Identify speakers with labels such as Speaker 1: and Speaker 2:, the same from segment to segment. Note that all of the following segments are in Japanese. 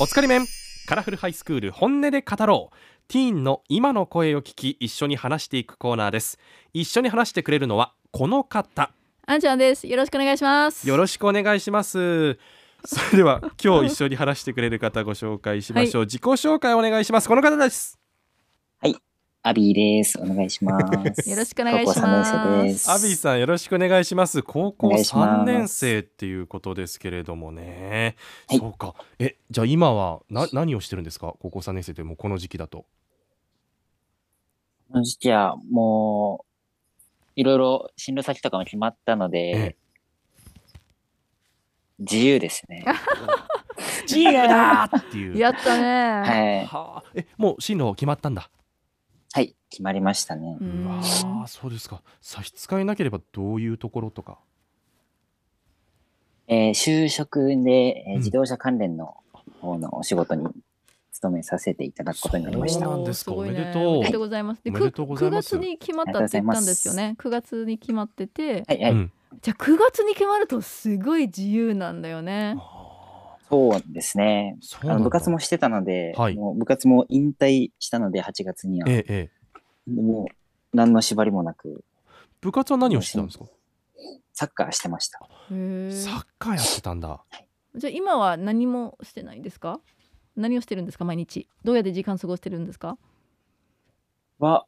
Speaker 1: おつかりめんカラフルハイスクール本音で語ろうティーンの今の声を聞き一緒に話していくコーナーです一緒に話してくれるのはこの方
Speaker 2: あんちゃんです。よろしくお願いします。
Speaker 1: よろしくお願いしますそれでは今日一緒に話してくれる方ご紹介しましょう、自己紹介お願いしますこの方です
Speaker 3: アビーです。お願いします。
Speaker 2: よろしくお願いし
Speaker 3: 高校
Speaker 2: ます
Speaker 3: 三年生です。
Speaker 1: アビーさんよろしくお願いします高校
Speaker 3: お願いします
Speaker 1: 3年生っていうことですけれどもね、
Speaker 3: はい
Speaker 1: そうかえじゃあ今はな何をしてるんですか高校3年生ってもうこの時期だと
Speaker 3: この時期はもう、いろいろ進路先とかも決まったの
Speaker 1: え、
Speaker 3: で自由ですね。
Speaker 1: 自由だーっていう
Speaker 2: やったね。
Speaker 3: はい。
Speaker 1: はあ、え、もう進路決まったんだ。
Speaker 3: はい、決まりましたね
Speaker 2: う。ん
Speaker 1: うわあ、そうですか。差し支えなければどういうところとか。
Speaker 3: えー就職で、え
Speaker 1: うん
Speaker 3: ー自動車関連の方のお仕事に勤めさせていただくことになりました。
Speaker 1: そう
Speaker 3: は
Speaker 1: なんですか
Speaker 2: ごいね
Speaker 1: おめでとう
Speaker 2: おめでとうございます。で、
Speaker 1: お
Speaker 2: く
Speaker 1: めでとうござい
Speaker 2: 9
Speaker 1: ます
Speaker 2: 月に決まったって言ったんですよね。9月に決まってて、
Speaker 3: いはい、
Speaker 1: うん
Speaker 2: じゃあ9月に決まるとすごい自由なんだよね。
Speaker 1: ああ、
Speaker 3: そうですね。
Speaker 1: そう
Speaker 3: あ
Speaker 1: なん
Speaker 3: の
Speaker 1: だ
Speaker 3: 部活も。してたので、
Speaker 1: はい
Speaker 3: もう部活も引退したので、8月には
Speaker 1: え。え、ええ、
Speaker 3: もう、何の縛りもなく、
Speaker 1: 部活は何をしてたんですか。
Speaker 3: サッカーしてました。
Speaker 2: へー
Speaker 1: サッカーやってたんだ。
Speaker 2: じゃあ今は何もしてないんですか？何をしてるんですか毎日？どうやって時間過ごしてるんですか？
Speaker 3: は、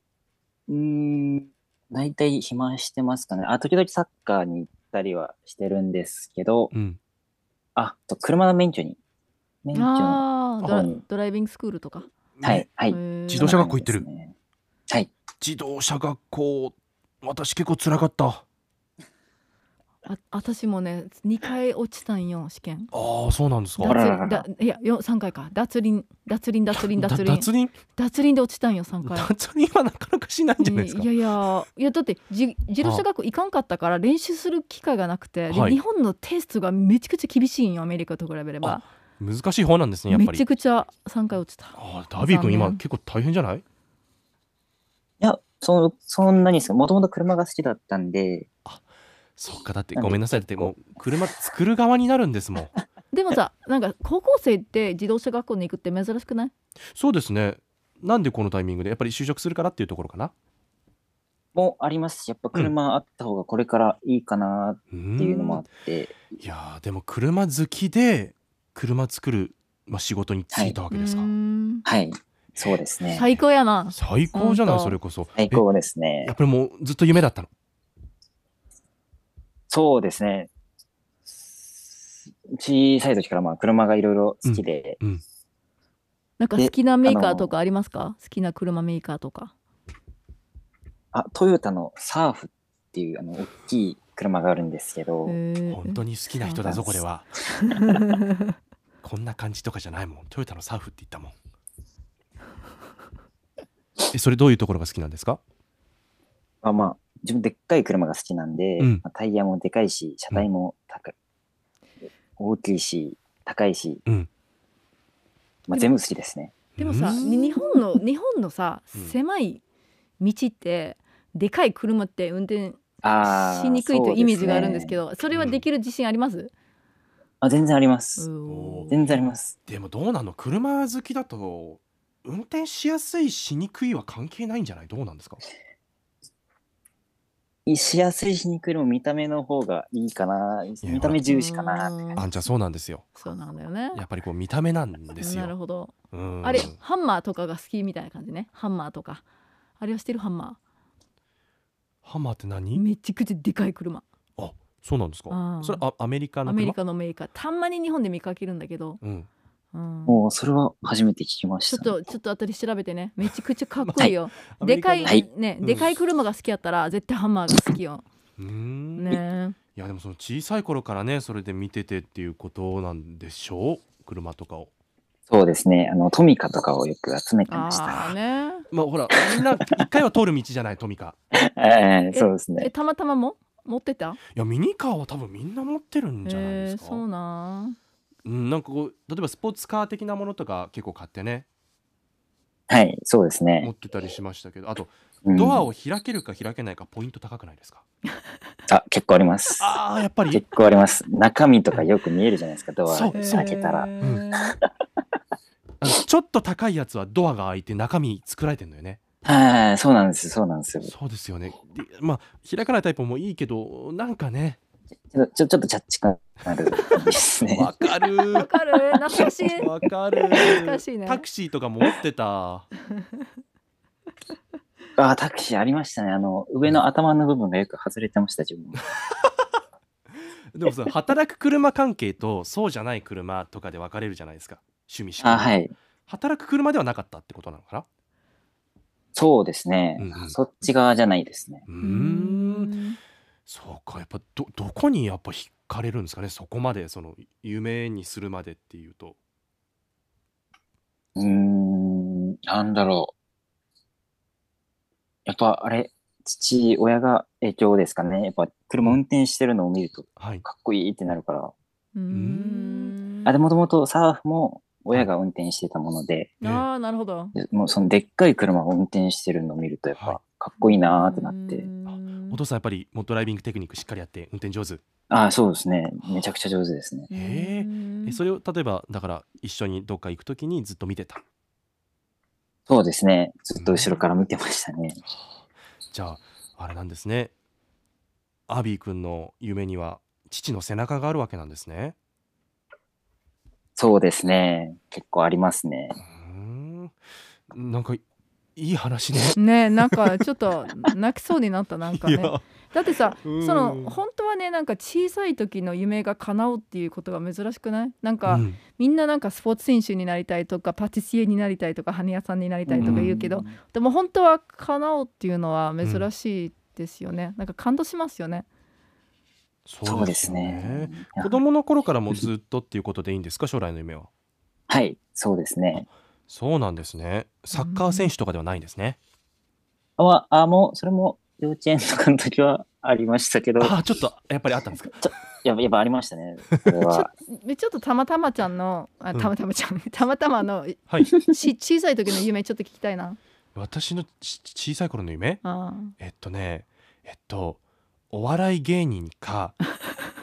Speaker 3: うーん、大体暇してますかね。あ、時々サッカーに行ったりはしてるんですけど
Speaker 1: う、ん。
Speaker 3: あ、と車の免許に。免許の。
Speaker 2: ああ、ド
Speaker 3: あ
Speaker 2: ラ
Speaker 3: うん
Speaker 2: ドライビングスクールとか。
Speaker 3: はい、はい
Speaker 2: へ。ー
Speaker 1: 自動車学校行ってる
Speaker 3: そんな感じですね。
Speaker 1: 自動車学校。私結構辛かった。あ
Speaker 2: あ私もね2回落ちたんよ試験
Speaker 1: あ、そうなんです
Speaker 2: 脱
Speaker 3: あら
Speaker 1: か。
Speaker 3: らら
Speaker 2: 輪だいやよ三回か脱輪脱輪脱輪
Speaker 1: だ
Speaker 2: 脱輪
Speaker 1: 脱輪。
Speaker 2: 脱輪で落ちたんよ三回
Speaker 1: 脱輪はなかなかしないんじゃないですか
Speaker 2: い。やいやいやだってじ自動車学校行かんかったから練習する機会がなくて、で
Speaker 1: はい
Speaker 2: 日本のテストがめちゃくちゃ厳しいんよアメリカと比べれば
Speaker 1: 難しい方なんですね、やっ
Speaker 2: め
Speaker 1: ぱ
Speaker 2: ちゃ
Speaker 1: り。
Speaker 2: くちゃ3回落ちた
Speaker 1: ああ、ダビー君、今
Speaker 2: 残念
Speaker 1: 結構大変じゃない。
Speaker 3: いや、その、そんなにですけど、もともと車が好きだったんで、
Speaker 1: そっか、だって、ごめんなさい、だって、もう車作る側になるんですもん。
Speaker 2: でもさなんか高校生って自動車学校に行くって珍しくない
Speaker 1: そうですね。なんでこのタイミングでやっぱり就職するからっていうところかな。
Speaker 3: もありますし、やっぱ車あった方がこれからいいかな
Speaker 1: って
Speaker 3: っていうのもあって、
Speaker 1: いやーでも車好きで車作る、まあ、仕事に就いたわけですか。
Speaker 2: うーん
Speaker 3: はい、そうですね。
Speaker 2: 最高やな
Speaker 1: 最高じゃない
Speaker 2: 本当
Speaker 1: それこそ。
Speaker 3: 最高ですね
Speaker 1: えやっ。ぱりもうずっと夢だったの。
Speaker 3: そうですね。小さい時からまあ車がいろいろ好きで、
Speaker 2: なんか好きなメーカーとかありますか好きな車メーカーとか
Speaker 3: あ、トヨタのサーフっていうあの大きい車があるんですけど、
Speaker 1: 本当
Speaker 2: に
Speaker 1: に好きな人だぞ
Speaker 3: そ
Speaker 1: こ
Speaker 3: う
Speaker 1: れ
Speaker 3: なん
Speaker 1: は。こんな感じとかじゃないもん。トヨタのサーフって言ったもん。えそれどういうところが好きなんですか。
Speaker 3: まあまあ、自分でっかい車が好きなんで、
Speaker 1: うん
Speaker 3: まあタイヤもでかいし、車体も高い、大きいし、高いし、
Speaker 1: うん
Speaker 3: まあ全部好きですね。
Speaker 2: でもさ
Speaker 1: う
Speaker 2: に
Speaker 1: ん
Speaker 2: 日本の日本のさ
Speaker 1: うん
Speaker 2: 狭い道ってでかい車って運転
Speaker 3: ああ、
Speaker 2: しにくいというイメージがあるんですけ
Speaker 3: ど。
Speaker 2: どそ,、れはできる自信あります、
Speaker 3: あ、全然あります。
Speaker 1: おー
Speaker 3: 全然あります。
Speaker 1: でもどうなの車好きだと運転しやすいしにくいは関係ないんじゃないどうなんですか。
Speaker 3: しやすいしにくいのも見た目の方がいいかな、
Speaker 1: や
Speaker 3: 見た目重視かな。
Speaker 2: うん
Speaker 1: あんちゃんそうなんですよ。
Speaker 2: そうなんだよね
Speaker 1: やっぱりこう見た目なんです
Speaker 2: なる
Speaker 1: よ。
Speaker 2: ほど
Speaker 1: うん
Speaker 2: あれハンマーとかが好きみたいな感じねハンマーとかあれをしてるハンマ
Speaker 1: ハマーって
Speaker 2: ー
Speaker 1: 何？
Speaker 2: めちゃくちゃでかい車
Speaker 1: あ、そうなんですか
Speaker 2: う。ん
Speaker 1: それあアメリカの
Speaker 2: ア
Speaker 1: 車。
Speaker 2: メリカのメーカーたまに日本で見かけるんだけど、
Speaker 1: うん。
Speaker 2: うん、
Speaker 3: もうそれは初めて聞きまし
Speaker 2: ちょ
Speaker 3: た
Speaker 2: っ
Speaker 3: ね、
Speaker 2: とちょっと後で調べてねめちゃくちゃかっこいいよ、
Speaker 1: アメ
Speaker 2: で
Speaker 1: リ
Speaker 2: か
Speaker 1: カの
Speaker 2: い、
Speaker 3: はい
Speaker 2: ね、
Speaker 1: うん
Speaker 2: でかい車が好きやったら絶対ハンマーが好きよ。
Speaker 1: うーん。
Speaker 2: ね
Speaker 1: いやでもその小さい頃からねそれで見ててっていうことなんでしょう。車とかを。
Speaker 3: そうですね。あの、トミカとかをよく集めてま した。
Speaker 2: ああね。
Speaker 1: まあほらみんな一回は通る道じゃないトミカ。
Speaker 3: ええそうです
Speaker 2: え
Speaker 3: ね。
Speaker 2: たまたまも持ってた？
Speaker 1: いやミニカーは多分みんな持ってるんじゃないで
Speaker 2: え
Speaker 1: す
Speaker 2: ー、そ
Speaker 1: か
Speaker 2: う。なん。
Speaker 1: うんなんかこう例えばスポーツカー的なものとか結構買ってね
Speaker 3: はい、そうです
Speaker 1: 持
Speaker 3: ね
Speaker 1: っ。てたりしましたけどあと
Speaker 3: うん
Speaker 1: ドアを開けるか開けないかポイント高くないですか。
Speaker 3: あ、結構あります。
Speaker 1: ああやっぱり
Speaker 3: 結構あります。中身とかよく見えるじゃないですか、ドア
Speaker 1: そう
Speaker 3: 開けたら。
Speaker 2: へー
Speaker 1: うんあのちょっと高いやつはドアが開いて中身作られてんのよね
Speaker 3: はい、そうなんです、そうなんですよ。
Speaker 1: そうですよねでまあ開かないタイプもいいけどなんか ね
Speaker 3: ちょっと、ちょちょっとチャッチくなるですね。
Speaker 1: わかる
Speaker 2: わかる懐かしい。
Speaker 1: わかる
Speaker 2: かしいね
Speaker 1: タクシーとかも持ってた
Speaker 3: あー、タクシーありましたね。あの、上の頭の部分がよく外れてました、自分。
Speaker 1: でもさ働く車関係とそうじゃない車とかで分かれるじゃないですか趣味し
Speaker 3: あー、はい。
Speaker 1: 働く車ではなかったってことなのかな
Speaker 3: そうですね。
Speaker 1: うんうん
Speaker 3: そっち側じゃないですね。
Speaker 1: うー
Speaker 2: うんん
Speaker 1: そうかやっぱどどこにやっぱ惹かれるんですかねそこまでその夢にするまでっていうと
Speaker 3: うーん、なんだろう。やっぱ、あれ、父親が影響ですかね。やっぱ、車運転してるのを見ると、
Speaker 1: はい
Speaker 3: かっこいいってなるから。
Speaker 2: うーん
Speaker 3: あ、でもともとサーフも親が運転してたもので、
Speaker 2: あーなるほど。
Speaker 3: でもうそのでっかい車を運転してるのを見ると、やっ
Speaker 1: はい
Speaker 3: ぱ、かっこいいなーってなって。
Speaker 1: お父さんやっぱりもうドライビングテクニックしっかりやって運転上手
Speaker 3: ああ、そうですね。めちゃくちゃ上手ですね。
Speaker 1: へえそ
Speaker 2: れ
Speaker 1: れを例えばだから一緒にどっか行く時にずっと見てた
Speaker 3: そうですね。ずっと後ろから見てましたね。
Speaker 1: じゃああれなんですねアビー君の夢には父の背中があるわけなんですね
Speaker 3: そうですね。結構ありますね。
Speaker 1: うーんなんかいい話ね。
Speaker 2: ねえなんかちょっと泣きそうになったなんか
Speaker 1: い
Speaker 2: ね
Speaker 1: や、
Speaker 2: だってさ
Speaker 1: うん
Speaker 2: その本当はねなんか小さい時の夢が叶うっていうことが珍しくないなんか、
Speaker 1: うん
Speaker 2: みんななんかスポーツ選手になりたいとかパティシエになりたいとか羽屋さんになりたいとか言うけど、
Speaker 3: うん
Speaker 2: でも本当は叶うっていうのは珍しいですよね、なんか感動しますよね
Speaker 3: そうですね。。
Speaker 1: 子供の頃からもずっとっていうことでいいんですか、将来の夢は。
Speaker 3: はい、そうですね。
Speaker 1: そうなんですね。サッカー選手とかではないんですね。
Speaker 3: あ、まあ、あもう、それも幼稚園とかの時はありましたけど、
Speaker 1: ああ、ちょっとやっぱりあったんです か。
Speaker 3: やっぱやっぱありまし たね。それは。
Speaker 2: でちょっとたまたまちゃんのあ
Speaker 1: うん
Speaker 2: たまたまちゃん、 たまたまの
Speaker 1: はい。
Speaker 2: し小さい時の夢ちょっと聞きたいな
Speaker 1: 私のち小さい頃の夢、
Speaker 2: あ
Speaker 1: えっとね、えっとお笑い芸人か
Speaker 2: ー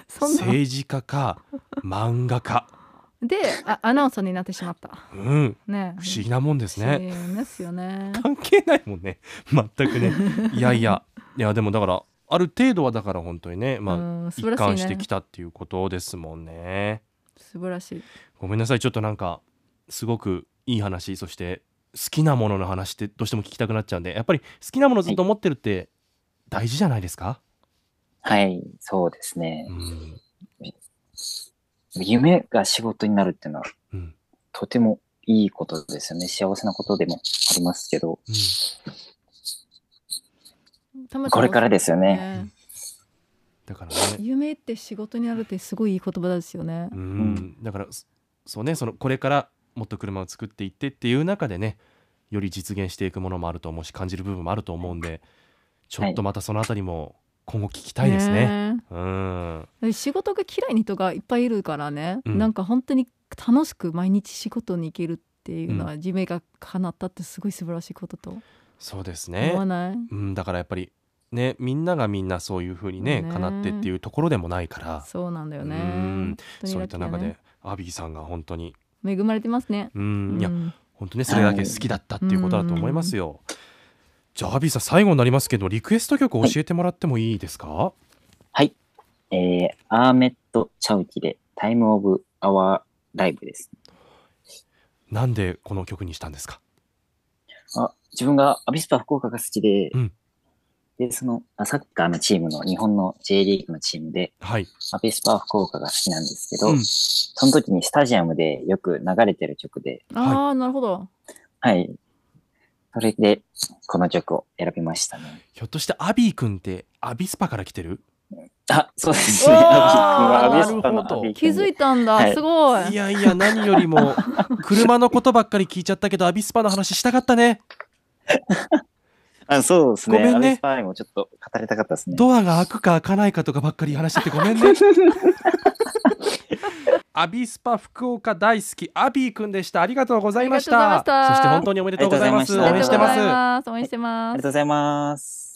Speaker 2: そんな
Speaker 1: 政治家 か漫画家。
Speaker 2: であアナウンサーになってしまった
Speaker 1: うん、
Speaker 2: ねえ
Speaker 1: 不思議なもんですね。
Speaker 2: 不思議ですよね
Speaker 1: 関係ないもんね。全く ね。 いやいや、いやでもだからある程度はだから本当にね、まあ。
Speaker 2: うん素晴
Speaker 1: 一
Speaker 2: ら
Speaker 1: 貫
Speaker 2: し
Speaker 1: し
Speaker 2: い
Speaker 1: て
Speaker 2: ね
Speaker 1: きたっていうことですもんね。
Speaker 2: 素晴らしい
Speaker 1: ごめんなさいちょっとなんかすごくいい話そして好きなものの話ってどうしても聞きたくなっちゃうんでやっぱり好きなものずっと持ってるって大事じゃないですか、
Speaker 3: はい、そうですね
Speaker 1: う。ん
Speaker 3: 夢が仕事になるっていうのは、
Speaker 1: うんうん
Speaker 3: とてもいいことですよね。幸せなことでもありますけど、
Speaker 2: たまちゃん
Speaker 3: これからですよね。
Speaker 2: ね
Speaker 1: だからね、
Speaker 2: 夢って仕事になるってすごいいい言葉ですよね
Speaker 1: うん
Speaker 3: ん
Speaker 1: だからそそうねそのこれからもっと車を作っていってっていう中でねより実現していくものもあると思うし感じる部分もあると思うんでちょっとまたそのあたりも今後聞きたいですね。うん
Speaker 2: ね仕事が嫌いな人がいっぱいいるからね、
Speaker 1: うん
Speaker 2: なんか本当に楽しく毎日仕事に行けるっていうのは夢が叶ったってすごい素晴らしいことと
Speaker 1: そうですね
Speaker 2: 思わない、
Speaker 1: うん、だからやっぱりねみんながみんなそういうふうにね
Speaker 2: ね
Speaker 1: 叶ってっていうところでもないから
Speaker 2: そうなんだよね
Speaker 1: うん
Speaker 2: 本当に
Speaker 1: そういっ
Speaker 2: ラッ
Speaker 1: た
Speaker 2: キーだ
Speaker 1: 中
Speaker 2: ね
Speaker 1: でアビーさんが本当に
Speaker 2: 恵まれてますね、
Speaker 1: うん、
Speaker 2: うん
Speaker 1: いや本当ねそれだけ好きだったっていうことだと思いますよ。じゃあアビーさん最後になりますけどリクエスト曲教えてもらってもいいですか、
Speaker 3: はい。えー、アーメット・チャウキで、タイム・オブ・アワー・ライブです。
Speaker 1: なんでこの曲にしたんですか
Speaker 3: あ自分がアビスパ福岡が好きで、
Speaker 1: うん
Speaker 3: で、そのあサッカーのチームの、日本の J リーグのチームで、
Speaker 1: はい、
Speaker 3: アビスパ福岡が好きなんですけど、
Speaker 1: うん
Speaker 3: その時にスタジアムでよく流れてる曲で、
Speaker 2: ああ、なるほど
Speaker 3: はい。それで、この曲を選びましたね。
Speaker 1: ひょっとしてアビー君ってアビスパから来てる
Speaker 3: あ、そうですね。
Speaker 2: おー
Speaker 3: アビス君はアビス
Speaker 1: なる
Speaker 3: パ
Speaker 1: ほど
Speaker 3: のアビ
Speaker 2: 気づ
Speaker 3: い
Speaker 2: いたんだ、
Speaker 3: はい
Speaker 2: すごい
Speaker 1: いやいや何より も車のことばっかり聞いちゃったけどアビスパの話したかったね
Speaker 3: あ、そうですね。
Speaker 1: ごめんね
Speaker 3: アビスパにもちょっと語りたかったですね。
Speaker 1: ドアが開くか開かないかとかばっかり話しててご めん ねアビスパ福岡大好きアビーくんでしたありがとうございました
Speaker 2: ありがとうございました
Speaker 1: そして本当におめでとうございます
Speaker 3: あ
Speaker 1: 応
Speaker 3: りがとう
Speaker 1: 援
Speaker 3: ご
Speaker 1: し
Speaker 3: ざ
Speaker 1: て
Speaker 3: いま
Speaker 1: ま
Speaker 3: し
Speaker 1: す
Speaker 3: た
Speaker 2: 応援して
Speaker 3: あ
Speaker 2: ます
Speaker 3: りがとうございます。